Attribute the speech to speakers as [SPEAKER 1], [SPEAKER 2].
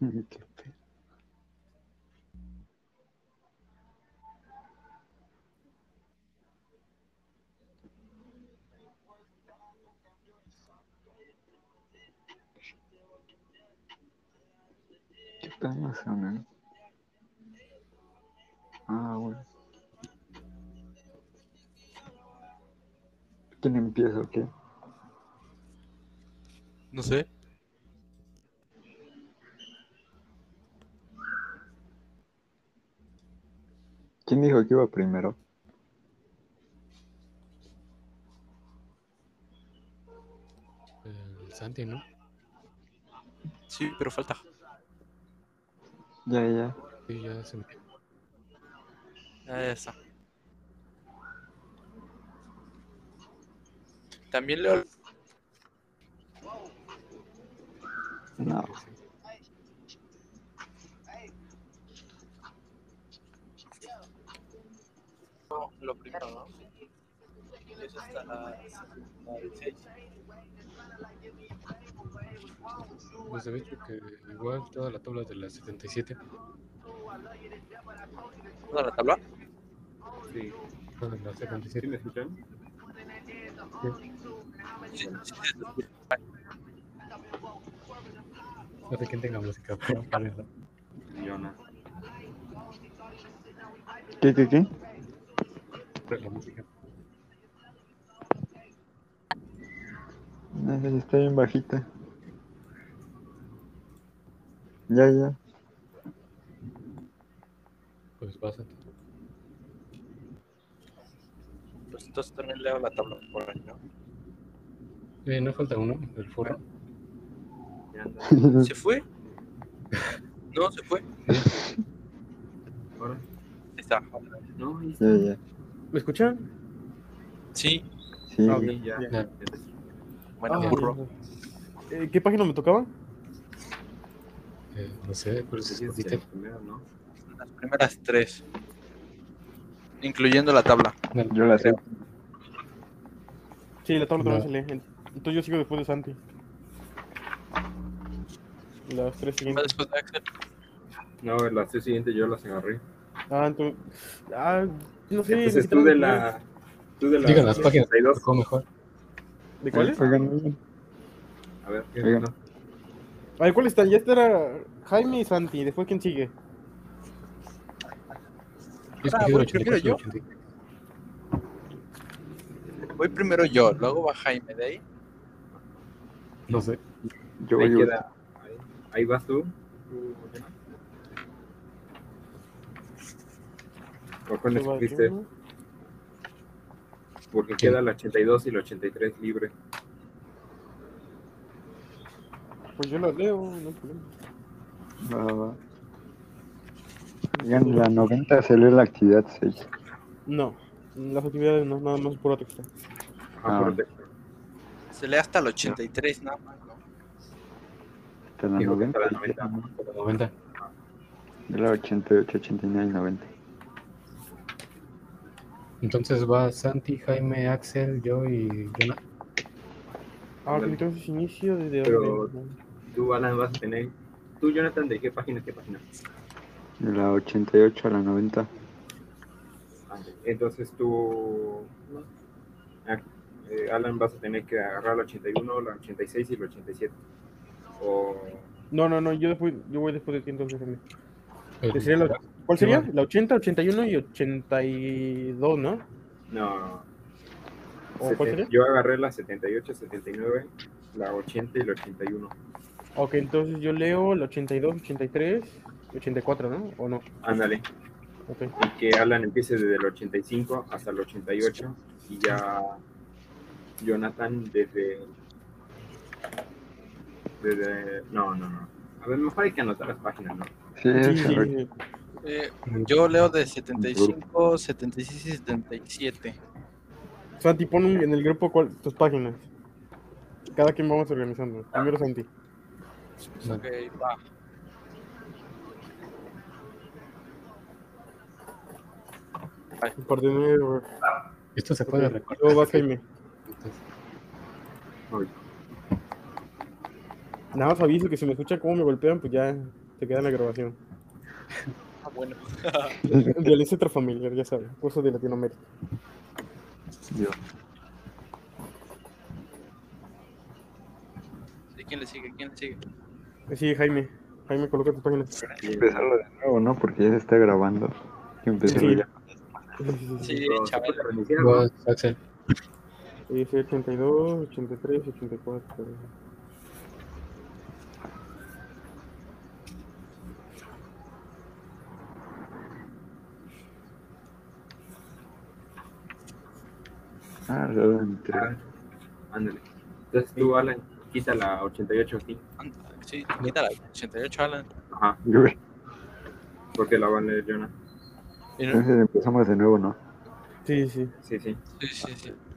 [SPEAKER 1] Qué pe- ¿Qué tal la zona? Ah, bueno. ¿Quién empieza o qué?
[SPEAKER 2] No sé.
[SPEAKER 1] ¿Quién dijo que iba primero?
[SPEAKER 3] El Santi, ¿no?
[SPEAKER 2] Sí, pero falta.
[SPEAKER 1] Ya, ya.
[SPEAKER 3] Sí, ya se metió.
[SPEAKER 2] Ah, ya está. También leo.
[SPEAKER 1] No.
[SPEAKER 2] lo primero, ¿no? Es hasta la, la del seis.
[SPEAKER 3] Pues he visto que igual toda la tabla de la 77.
[SPEAKER 2] ¿Toda la tabla?
[SPEAKER 4] Sí.
[SPEAKER 3] Ah, la
[SPEAKER 4] ¿Sí
[SPEAKER 3] 77.
[SPEAKER 4] me escuchan?
[SPEAKER 2] Sí, sí,
[SPEAKER 3] No sé quién tenga música para ponerla.
[SPEAKER 4] Yo no.
[SPEAKER 1] ¿Qué, qué, qué?
[SPEAKER 3] Pero la música.
[SPEAKER 1] No sé si está bien bajita. Ya, ya.
[SPEAKER 3] Pues vas a.
[SPEAKER 2] Pues entonces también leo la tabla por ahí, ¿no?
[SPEAKER 3] Eh, no falta uno, el furro.
[SPEAKER 4] Ya anda.
[SPEAKER 2] ¿Se fue? No, se fue.
[SPEAKER 4] Ahora.
[SPEAKER 2] Está.
[SPEAKER 4] No, ahí está.
[SPEAKER 1] Ya, ya.
[SPEAKER 4] ¿Me escuchan?
[SPEAKER 2] Sí,
[SPEAKER 1] Sí.
[SPEAKER 4] Ah, ok, ya.
[SPEAKER 3] Ya.
[SPEAKER 2] bueno,
[SPEAKER 4] Ah,
[SPEAKER 2] burro.
[SPEAKER 5] Eh, ¿Qué página me tocaba?
[SPEAKER 3] Eh, no sé, pero
[SPEAKER 4] Sí,
[SPEAKER 3] es
[SPEAKER 4] sí,
[SPEAKER 3] dice
[SPEAKER 4] primero, ¿no?
[SPEAKER 2] Las primeras tres. Incluyendo la tabla.
[SPEAKER 1] Yo la sé.
[SPEAKER 2] Creo.
[SPEAKER 5] Sí, la tabla también
[SPEAKER 3] No.
[SPEAKER 5] se lee. Entonces yo sigo después de Santi. Las tres
[SPEAKER 2] Va
[SPEAKER 5] siguientes.
[SPEAKER 2] después de Axel.
[SPEAKER 4] No, las tres siguientes yo las agarré.
[SPEAKER 5] Ah, entonces. Ah, no sé.
[SPEAKER 4] Entonces
[SPEAKER 5] ni
[SPEAKER 4] tú
[SPEAKER 5] siquiera
[SPEAKER 4] pues, de
[SPEAKER 5] me
[SPEAKER 4] la. Tú de la.
[SPEAKER 3] Digan las páginas que
[SPEAKER 4] 62.
[SPEAKER 3] tocó mejor.
[SPEAKER 5] acuerdo. ¿De cuáles?
[SPEAKER 1] Oigan, oigan.
[SPEAKER 4] A ver, ¿qué
[SPEAKER 1] Oigan.
[SPEAKER 4] no?
[SPEAKER 5] A ver, ¿cuáles están? Ya este era Jaime y Santi. Después, ¿quién sigue?
[SPEAKER 3] Yo
[SPEAKER 5] Ah,
[SPEAKER 3] escogí el
[SPEAKER 2] voy primero
[SPEAKER 3] 84 y el
[SPEAKER 2] yo.
[SPEAKER 3] 85.
[SPEAKER 2] Voy primero yo, luego va Jaime de ahí.
[SPEAKER 3] No sé.
[SPEAKER 1] Yo
[SPEAKER 4] Ahí
[SPEAKER 1] voy a
[SPEAKER 4] queda. Ahí, ahí vas tú. ¿O cuál
[SPEAKER 5] Yo voy
[SPEAKER 4] escogiste?
[SPEAKER 5] yo.
[SPEAKER 4] Porque queda la 82 y la 83 libre.
[SPEAKER 5] Pues yo las leo, no hay problema.
[SPEAKER 1] Va, va. Oigan, la 90 se lee la actividad 6.
[SPEAKER 5] No, las actividades no, nada más puro texto.
[SPEAKER 4] Ah,
[SPEAKER 1] Ah.
[SPEAKER 4] por texto.
[SPEAKER 2] Se lee hasta el 83 nada más, ¿no?
[SPEAKER 1] Hasta la
[SPEAKER 4] Digo,
[SPEAKER 1] 90.
[SPEAKER 4] hasta la 90.
[SPEAKER 1] ¿no?
[SPEAKER 3] Por la 90.
[SPEAKER 1] De la 88, 89 y 90.
[SPEAKER 3] Entonces va Santi, Jaime, Axel, yo y Jonah.
[SPEAKER 5] Ah, ok,
[SPEAKER 4] Ándale.
[SPEAKER 5] entonces inicio desde
[SPEAKER 4] Pero-
[SPEAKER 5] arriba.
[SPEAKER 4] Tú, Alan, vas a tener. Tú, Jonathan, ¿de qué página? ¿Qué página?
[SPEAKER 1] De la 88 a la 90.
[SPEAKER 4] Ah, Entonces tú, Ah, eh, Alan, vas a tener que agarrar la 81, la 86 y la 87. O
[SPEAKER 5] No, no, no, yo después, yo voy después de ti entonces. Jaime.
[SPEAKER 3] El-
[SPEAKER 5] Que sería la- ¿Cuál sería?
[SPEAKER 3] vale.
[SPEAKER 5] La 80, 81 y 82, ¿no?
[SPEAKER 4] no.
[SPEAKER 5] ¿O cuál
[SPEAKER 4] seten-
[SPEAKER 5] sería?
[SPEAKER 4] Yo agarré la 78, 79, la 80 y la 81.
[SPEAKER 5] Ok, entonces yo leo la 82, 83, 84, ¿no? ¿O no?
[SPEAKER 4] Ándale.
[SPEAKER 5] Ok.
[SPEAKER 4] Y que Alan empiece desde el 85 hasta el 88. Y ya Jonathan desde. Desde. No, no, no. A ver, mejor hay que anotar las páginas, ¿no?
[SPEAKER 1] Sí,
[SPEAKER 5] Sí,
[SPEAKER 1] es
[SPEAKER 5] sí,
[SPEAKER 1] correcto.
[SPEAKER 5] sí.
[SPEAKER 2] Eh, yo leo de 75, 76 y 77.
[SPEAKER 5] Santi, pon un- en el grupo cuál, tus páginas. Cada quien vamos organizando. Primero Santi.
[SPEAKER 3] No.
[SPEAKER 2] Ok, va.
[SPEAKER 5] Partenero.
[SPEAKER 3] Esto se puede recordar.
[SPEAKER 5] Luego va Jaime.
[SPEAKER 4] Ay,
[SPEAKER 5] Nada más aviso que si me escucha cómo me golpean, pues ya. Se queda en la grabación.
[SPEAKER 2] Ah, bueno.
[SPEAKER 5] Violencia intrafamiliar, ya sabes. Cursos de Latinoamérica.
[SPEAKER 1] Yo.
[SPEAKER 2] ¿Y quién le sigue? ¿Quién le sigue?
[SPEAKER 5] Eh, Sí, Jaime. Jaime, coloca tus páginas.
[SPEAKER 1] Hay que empezarlo de nuevo, ¿no? Porque ya se está grabando. Hay que empezarlo
[SPEAKER 5] Sí.
[SPEAKER 1] ya.
[SPEAKER 2] Sí,
[SPEAKER 4] Pero se
[SPEAKER 2] Chabelo.
[SPEAKER 4] puede reiniciar, ¿no?
[SPEAKER 3] Vas, Axel.
[SPEAKER 5] Sí, sí, 82, 83, 84.
[SPEAKER 1] Ah, lo de entre-
[SPEAKER 4] Ah, Ándale. Entonces tú, Alan, quita la 88 aquí.
[SPEAKER 2] Anda, Sí, quítala. 88 Alan.
[SPEAKER 4] Ajá,
[SPEAKER 1] Güey,
[SPEAKER 4] porque la van a leer Jonah.
[SPEAKER 2] Y no-
[SPEAKER 1] Entonces empezamos de nuevo, ¿no?
[SPEAKER 5] Sí, sí.
[SPEAKER 4] Sí, sí.
[SPEAKER 2] Sí, sí, sí.